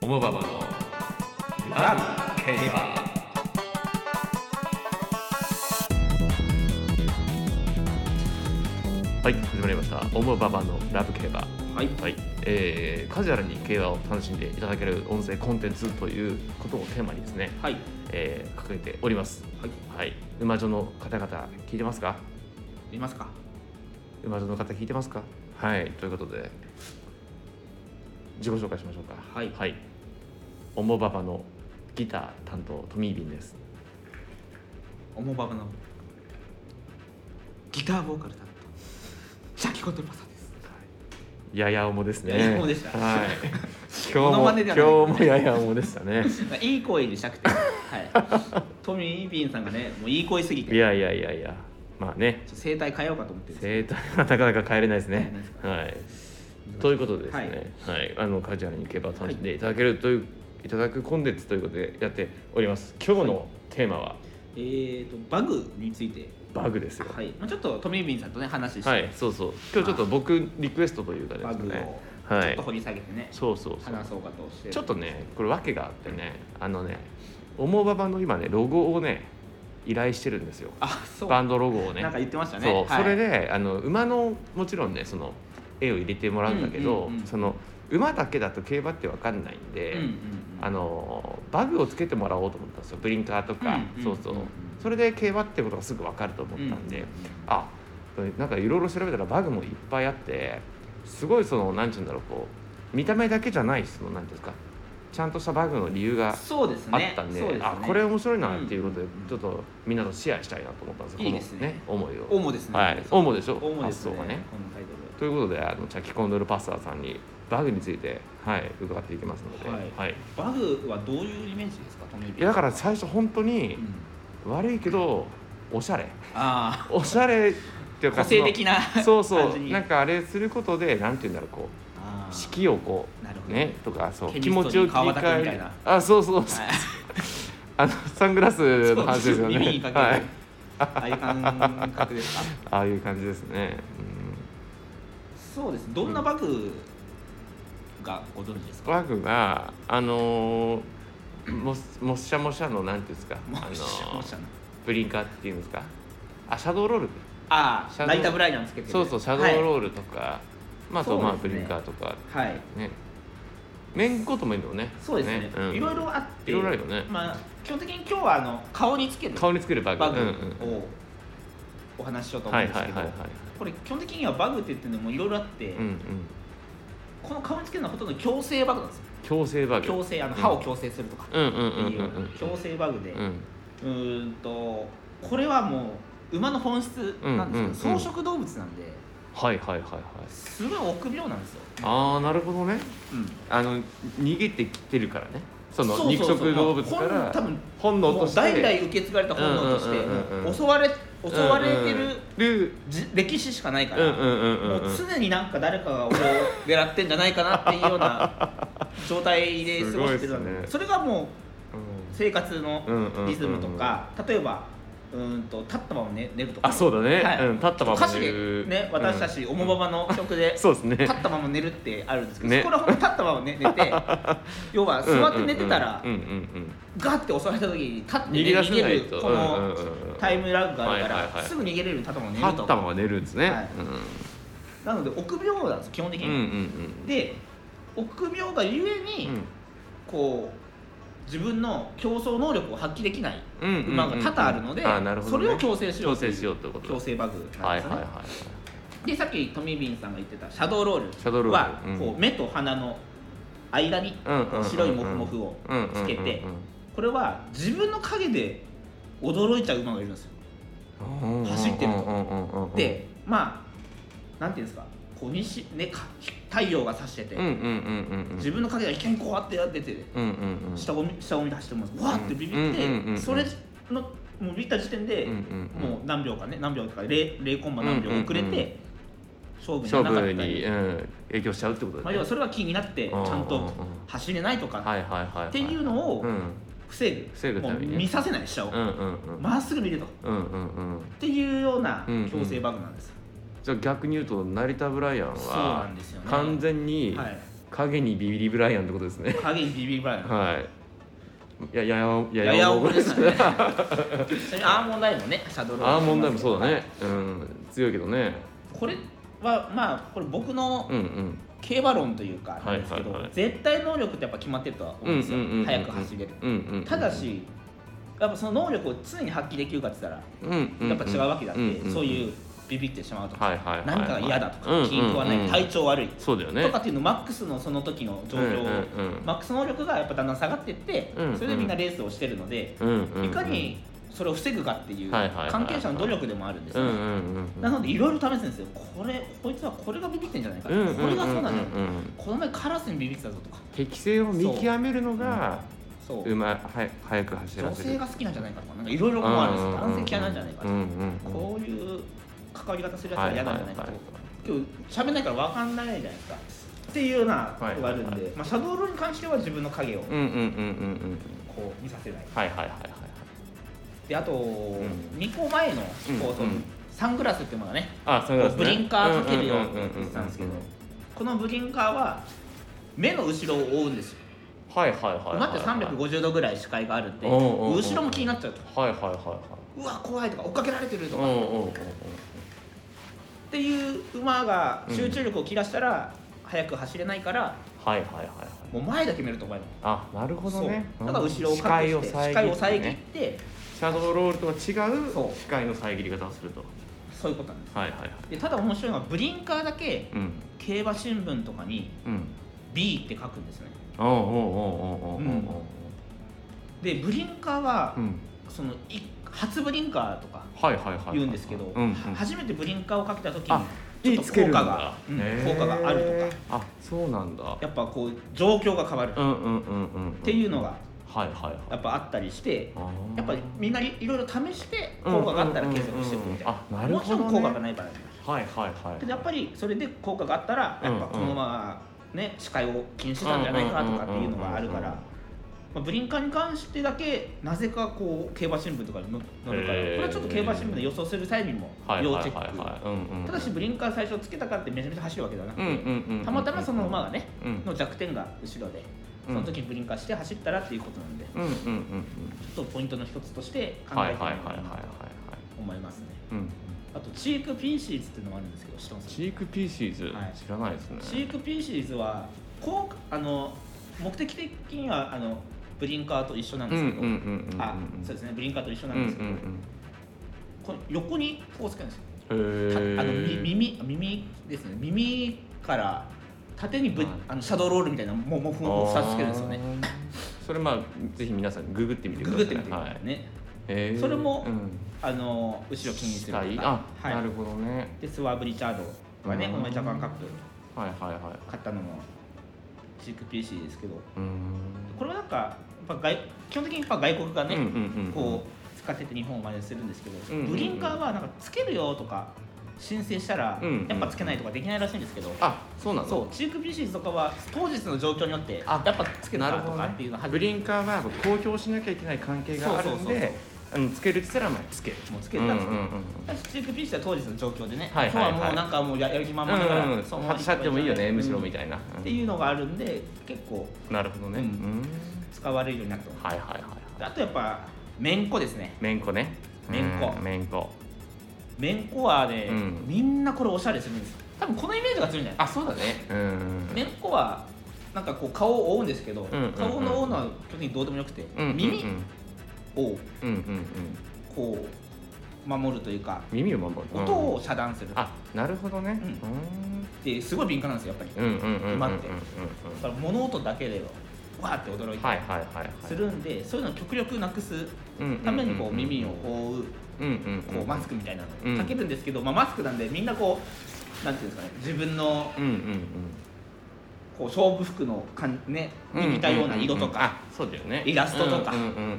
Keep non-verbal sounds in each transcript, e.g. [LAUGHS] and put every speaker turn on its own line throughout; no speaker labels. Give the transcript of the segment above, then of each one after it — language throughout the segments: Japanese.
オモババのラブ競馬はい始まりましたオモババのラブ競馬
はい、
はい、えー、カジュアルに競馬を楽しんでいただける音声コンテンツということをテーマにですね、
はい、
えー、掲げております
はい、
はい馬女の方々聞いてますか
いますか。
馬女の方聞いてますかはいということで自己紹介しましょうか
はい
はいオモババのギター担当トミービンです
オモバブの。ギターボーカル担当。ジャキコトパサです。
ややおもですね
ややおもでした [LAUGHS]
はい
モノマ
今
ネ
日
ではない
も今日もややおもでしたね
まあいい声にしたくて。はい。トミー・ビーンさんがね、もういい声すぎて。
い
ちょ
やいやいやいやまあね
っと声帯変えようかと思ってるんです
生態はなかなか変えれないですね
変えれないですか
はい
けど
ということでです
はい
ね、はいあのカジュアルに競馬を楽しんでいただけるという、い、ただくコンテンツということでやっております今日のテーマは
えーと、バグについて。
バグですよ
はい、まあ、ちょっとトミー・ビーンさんとね、話して。
はい、そうそう。今日ちょっと僕リクエストというかで
バ
す
グを。ち
ね。
ょ
は
っ
い
と。掘り下げてね。
そうそうそう。
話そうかとしてる。
ちょっとね、これ訳があってね、あのね、オモババの今ねロゴをね依頼してるんですよ。
あ、そう。
バ
な
ンドロゴをね。
んか言ってましたね。
そう、
はい
それ。であの馬のもちろんねその絵を入れてもらうんだけど、
うんうんうん
その馬だけだと競馬ってわかんないんで。
うん、うんうん。
あのバグをつけてもらおうと思ったんですよブリンカーとか、
うん
そうそう
うんうん
それで競馬ってことがすぐ分かると思ったんで、
うんうん
あなんかいろいろ調べたらバグもいっぱいあってすごいその何て言うんだろうこう見た目だけじゃないその何ていうんですかちゃんとしたバグの理由が
そうです
あっ
ね。
たんで,、
そうすね
あこれ面白いなっていうことで、
うんうんうん
ちょっとみんなとシェアしたいなと思ったんですよ
いいですね
この思いを。
オモですね。
はい、オモでしょ
オモです
発想
ね。
がね
このタイトル。
ということであのチャキコンドルパスターさんにバグについて、はい、伺っていきますので。
はい
はい
バグはどういうイメージですか、トミービーン
いやだから最初本当に
うん
悪いけどおしゃれ
あ
おしゃれっていう
あ、個
か
性的な
そのそう
感
そ
じ
う
に
なんかあれすることでなんて言うんだろうこ
あ
う
ー
四季をこ
なるほ
う
ど。
ねとかそう
ケ
気
ミ
持ち
スト
を切り
に川端君
替
みた
え
い
る
な
あそうそうそう
はい
あのサングラスの話ですよね
そう耳にかける
はい、
ああいう感覚ですか。
ああいう感じですね、
そうです。どんなバグがご存知です
うん、
か。
ワグがあのー、ももっしゃもしゃのなんていうんですか
もう
あの
しゃもし
ー
ゃな
ブリンカーっていうんですかあシャドーロール
あ
シャ
あ、
ドウ
ライターブライダーつけてる。
そうそうシャドーロールとか、まああとまあ
そ
ブ
うですね
リンカーとか
はい。はい。
ねメンコともいいんだよね
そうですね。
うん
いろいろあって。
いろいろあるよね
まあ基本的に今日はあの顔につける
顔につけるバグ
バグ
うんうん
をお話ししようと思
は
う
い
んです
はいはい
け
はい、
どこれ基本的にはバグって言ってるのもいろいろあって、
うんうん
この顔につけるのはほとんど矯正バグなんですよ
強制バグ
矯正あの歯を矯正するとか
うんうん
って
うん
いう
う
よ
ん
うな矯正バグで
うんうん
うーんとこれはもう馬の本質なん
うんうん
ですけ
うん
ど草食動物なんで
はいはいはいはい
すごい臆病なんですよ、
ああなるほどね
うん
あの逃げてきてるからねその
そうそう
肉
そう
食動物か
もう本多
ら
分
本能
も
とし
う
て
代々受け継がれた本能として
うんうんうんうん
もう襲われ襲われて
うんうん
る
る
じ歴史しかないか
うんう
ら、
んうんうん
も
う
うん常になんか誰かが俺を狙ってんじゃないかなっていうよ
[LAUGHS]
うな状態で過ご
すご
してるの
いっす
で
ね
それがもう生活の
うんうんうんうん
リズムとか、例えばうーんと立ったまま寝寝るとか
あそうだね
はい
うん立ったまま
歌詞
寝
で
る
ね私たちおもばばの曲で、
そうですね
立ったまま寝るってあるんですけど、
ね
そこらほんと立ったまま、ね、寝
[LAUGHS]
て要は座って寝てたら、
うんうんうん
ガッて襲われた時に立って、ね、
逃げ出
逃
せな
げ
い
る
と
こ
うんうん
の
うんうん
タイムラグがあるから、
はいはいはい
すぐ逃げれるように立ったま
うん
ま寝る
立
と
ったまま寝るんですね
はいなので臆病なんです基本的
うんう
に、
んうんうん
で臆病がゆえに、こう自分の競争能力を発揮できない
うんうん
馬が多々あるので、
あなるほど
そ
ね
れを強制しよ
強
うという
制しようということ
強制バグなんですね、
はいはいはい
でさっきトミービンさんが言ってたシャドーロール
シャドーロール
は
うん
こう目と鼻の間に
うんうんうんうん
白いモフモフをつけて
うんうん
これは自分の影で驚いちゃう馬がいるんですよ
うんうん
走ってると
うんうんうんうん
でまあなんていうんですかこう西、ね、か太陽が差してて、
うんうんうんうんうん
自分の影が一見こうやってやってて
うんうんうん
下を見下を見て走ってますわーってビビ
うん
っ
うんうんうん
てそれのもうビビった時点で、
うんうん
もう何秒かね何秒とか 0, 0コンマ何秒遅れ
うんうんうん
て勝負にな
勝
らなか
負
ったり
に、うん、影響しちゃうってこと
ま
だ
あ、
ね
要はそれが気になってちゃん
うんうんう
と
ん
走れないとか
はいはいはいは
っていうのを
うん
防ぐ,、
防ぐためにね
もう見させない下を
うんうんうん
ま、っすぐ見るとっ
うんうんうん
ていうような
うんうん
強制バグなんですよ、
じゃあ逆に言うと成田ブライアン
そうな
は
んですよね
完全に
はい
影にビビリ・ブライアンってことですね
影にビビブライン
はいいやややや
ややお
ぼ
ぼですね [LAUGHS] それにアーモンダイもねシャドロ
アーモンダイもそうだねうん強いけどね
これはまあこれ僕の
うんうん
競馬論というかなんですけど、
はいはいはい
絶対能力ってやっぱ決まってるとは思うんですよ、
うんうんうんうん
速く走れる、
うんうんうん
ただしやっぱその能力を常に発揮できるかって言ったら
うんうん
やっぱ違うわけだって、
んんん
そういうビビってしまうとか、
はいはいはいはい
なんかが嫌だとか、
うんうんうん
気に食わない、体調悪い
そうだよね
とかっていうのマックスのその時の状況を、
うんうんうん
マックス能力がやっぱだんだん下がってって、
うんうん
それでみんなレースをしてるので、
うんうんうん
いかにそれを防ぐかっていう
はいはいはいはい
関係者の努力でもあるんです
う
よ
ん
ね、
うんうんうん
なのでいろいろ試すんですよこれこいつはこれがビビってんじゃないか、
うんうんうんうん
これがそうなんじゃないか、
うん
この前カラスにビビってたぞとか
適性を見極めるのが
そう
うまいはや早く走ら
女
せる
性が好きなんじゃないかとかなんかいろいろ思われるんですよ
うんうんうん
男性嫌いなんじゃないかと
う
か、
んうんうん
こういう関わり方するやつは嫌なんじゃないかとか、
はい
今日喋んないから分かんないじゃないですかっていうようなことがあるんで、
はいはい
まあ、シャドウロールに関しては自分の影を
うんうんうんうんうん
こう見させない
はいはいはいはい
であと、
ん
2個前の
うん
放送、
うん
サングラスっていうものがね
あそういうことですね
ブリンカーかけるよ
う
うんに
うんうんうんうん
言ってたんですけどこのブリンカーは目の後ろを覆うんですよ
はいはいはいはい
馬って350度ぐらい視界があるんで
おうおうおう
後ろも気になっちゃうと
はいはいはいはいう
わ怖いとか追っかけられてると
うん
か
う
っ
んうんうん
ていう馬が集中力を切らしたら速く走れないから
はいはいはいはい
もう前だけ見ると前の
あなるほどね
そうだから後ろを
視界
隠
を
して視
遮
界を
って
遮っ
ね
て
シャドーロールとは違
そう
視界の遮り方をすると
そういうことなんで
はいはいはい
すでただ面白いのはブリンカーだけ
うん
競馬新聞とかに
うん
B って書くんですね
おうおうおうおうおうおうおう
うんでブリンカーは
うん
そのい初ブリンカーとか
はいはいはいはい
言うんですけど、
うんうん
初めてブリンカーをかけた時
あ
にちょっと効
ん
果
だ
が、うん
へー
効果があるとか
あそうなんだ
やっぱこう状況が変わるっ
うんうんうんうんって
いうのが
はいはいはい
やっぱあったりして
あー
やっぱりみんないいろいろ試して効果があったら継続していくみ
うんうんうんうん
たい
あな
な
る
も
ほ
ち
ど
ろ
ね
ん効果がない場合もあります
はいはいはい
けどやっぱりそれで効果があったらやっぱこのままね視界を気にしてたんじゃないかとかっていうのがあるから、まあ、ブリンカーに関してだけなぜかこう競馬新聞とかに載載るから
へー
これはちょっと競馬新聞で予想する際にも
はいはい
要
は
チ
い
ェッ
は
ク
いうんうん
ただしブリンカー最初つけたからってめちゃめちゃ走るわけではなく
うんうん
て
うんうん
たまたまその馬がね
うん
の弱点が後ろでその時にブリンカーして走ったらっていうことなんでち
うんうんうんうん
ょっとポイントの一つとして考
はい
え
はい
ても
はいはい
らえた
はいは
らな
い
と思いますね
うん
あとチークピーシーズっていうのもあるんですけど知ってます
チークピーシーズ
はい
知らないですね
飼育ピーシーズはこうあの目的的にはあのブリンカーと一緒なん
うん
で
う
す
ん
けど、
うんうんうん
あそうですねブリンカーと一緒
う
なん
うんん
ですけど、この横にこうつけるんですよ
うんへ
たあのみ
ー
耳耳ですね耳から縦にぶ、
はい
あのシャドーロールみたいなももふをさつけるんですよね
あーそれまあぜひ皆さんググってみてく
グ
ださい
グってみてくだ
は
さ
い
いね、
えー
それも
うん
あの後ろ気にすると
したい
か
あ、
はい
なるほどね
でスワーブリチャードとかね
うん
この前ジャパンカップ
はいはいはい
買ったのもチークピーシーですけど
うーん
これはなんかやっぱ外基本的にやっぱ外国がね、
うんうんうん
こう使ってて日本を真似するんですけど、
うんうんうん
ブリンカーはなんかつけるよとか申請したら
うんうん
やっぱつけないとかできないらしいんですけど、
あそうなの
そうチークビシーズとかは当日の状況によってや
あ
っぱつけた
な
ら
る
と
ほど
か
ね
っていうのは
ブリンカーは公表しなきゃいけない関係があるん
そうそうそう
であのつけるって言ったらまあつける
もうつけたらつけ
うんうんうん
たチークビシーズは当日の状況でね、
はいはいはい
今日はもうなんかもうややる気満
う
々だから、
んうん
そのまま
外しちゃってもいいよねむしろみ
い
たいなうん
っていうのがあるんで結構
なるほどねう
うん
ん
使われるようになったと
はいはいはいはい
あとやっぱめんこですね
めんこね
めんこ
うめんこ
めんこはね、
うん
みんなこれおしゃれするんですよ多分このイメージが強いんじゃな
あ
い
そうだねうん
めんこはなんかこう顔を覆うんですけど、
んうんうん
顔の覆うのは基本的にどうでもよくて、
うんうんうん
耳を
うんうんうん
こう守るというか
耳を守る
音を遮断するっ
あなるほどね
う
うん
てすごい敏感なんですよやっぱり、
うんうんうんうんうんうんうん
待ってだから物音だけではわーって驚いた
は
り
いはいはいはい
するんで、そういうのを極力なくすた
た
めにこう耳を覆う
うんうん
こうマ
ク
スクみたいな
う
の
ん
をかけるんですけど、まあ、マスクなんでみんなこうなんていうんですかね自分の
うんうん
こう勝負服のかん、ね、
うん
に似たような色とか
あそうだよね
イラストとか
うんうんうんうんうん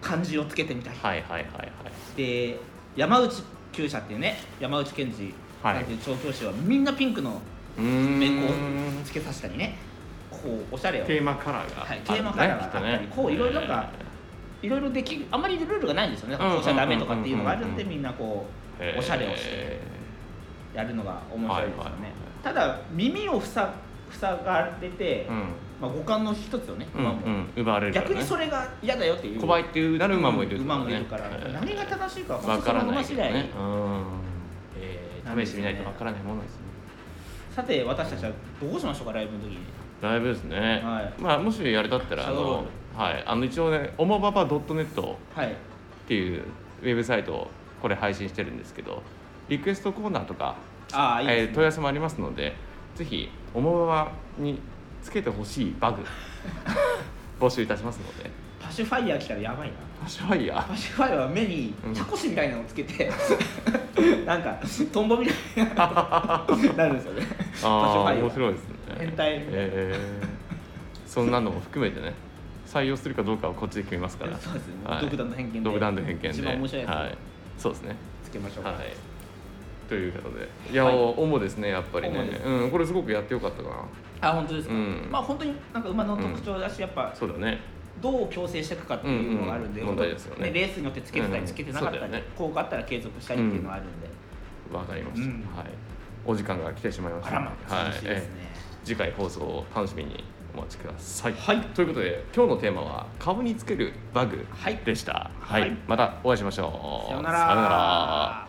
漢字をつけてみたり
はいはいはいはい
で山内厩舎っていうね山内健二
はい
なんていう調教師はみんなピンクの
うーん
面をつけさせたりねこうおしゃれを
テーマカラーが
はいテーマカラーがあったり
あるねきっとね
こういろいろなんかいろいろできるあまりルールがないんですよね
うんうんうん
こうしちゃダメとかっていうのがあるんで
うん
みんなこ
へー
うおしゃれをしてやるのが面白いですよね、
はいはいはい
ただ耳を塞塞がれて、まあ、五感の一つよね、
うん
馬も
うん奪われるから
逆
ね
にそれが嫌だよっていう
小林っていうなる馬もいる
うん馬もいるから、何が正しいかは本
分
当
か
に
ら
そ
な
の馬
いけ
次
ど
第、
ねうん試してみないと分からないものですね
さて私たちはどうしましょうかライブの時に
ライブですね、
はい
まあもしあれだったらあ
シャドーロ
の、はい、あの一応ねおもばば .net
はい
っていうウェブサイトをこれ配信してるんですけどリクエストコーナーとか
ああいい
えー問
ですね、
い合わせもありますのでぜひおもばばにつけてほしいバ
[LAUGHS]
グ募集いたしますので
パシュファイヤー来たらやばいな
ファッシュファイヤー
パシュファイヤーは目に
うん
タコシみたいなのつ
[LAUGHS]
けて、なんかトンボみたいななるんですよねパシュフ
ああ
ァイヤ
面
ー
白いですね
変態
えーそんなのも含めてね採用するかどうかはこっちで決めますから
そうですね
はい
独断と偏見で
独断と偏見で
一番面白いやつ
はい、そうですね
つけましょうか、
はいということでいや、
はい
主ですねやっぱりね
主です
うん、これすごくやってよかったかな
あ本当ですか、
うん
まあ本当になんか馬の特徴だし、やっぱ
そうだね
どう矯正していくかっていうのがあるんで、
うんうん問題ですよね
レースによってつけてた
う
り
ん
つけてなかった
そう
り、
だよね
効果あったら継続したりっていうのがあるんで、
わかりました、
うん
はいお時間が来てしまいまし
あ
た
らま
はい
楽しいですね、
次回放送を楽しみにお待ちください、
はい
ということで今日のテーマは顔につけるバグ
はい
でした、
はい
またお会いしましょう
さよなら
さよなら